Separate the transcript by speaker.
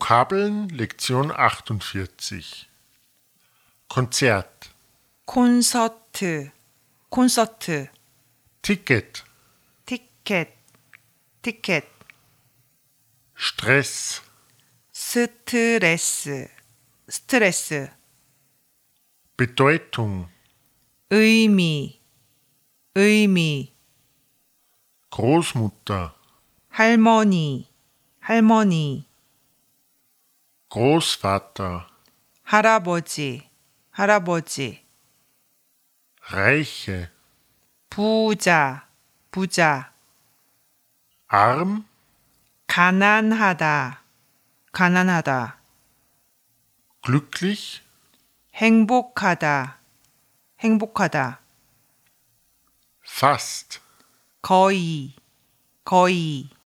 Speaker 1: Vokabeln Lektion 48 Konzert
Speaker 2: 콘서트, 콘서트,
Speaker 1: Ticket
Speaker 2: 티켓, 티켓,
Speaker 1: Stress
Speaker 2: 스트레스, 스트레스,
Speaker 1: Bedeutung
Speaker 2: 의미, 의미,
Speaker 1: Großmutter
Speaker 2: 할머니, 할머니,
Speaker 1: Großvater
Speaker 2: 할아버지, 할아버지,
Speaker 1: Reiche
Speaker 2: 부자, 부자,
Speaker 1: Arm
Speaker 2: 가난하다, 가난하다,
Speaker 1: Glücklich
Speaker 2: 행복하다, 행복하다,
Speaker 1: Fast
Speaker 2: 거의, 거의,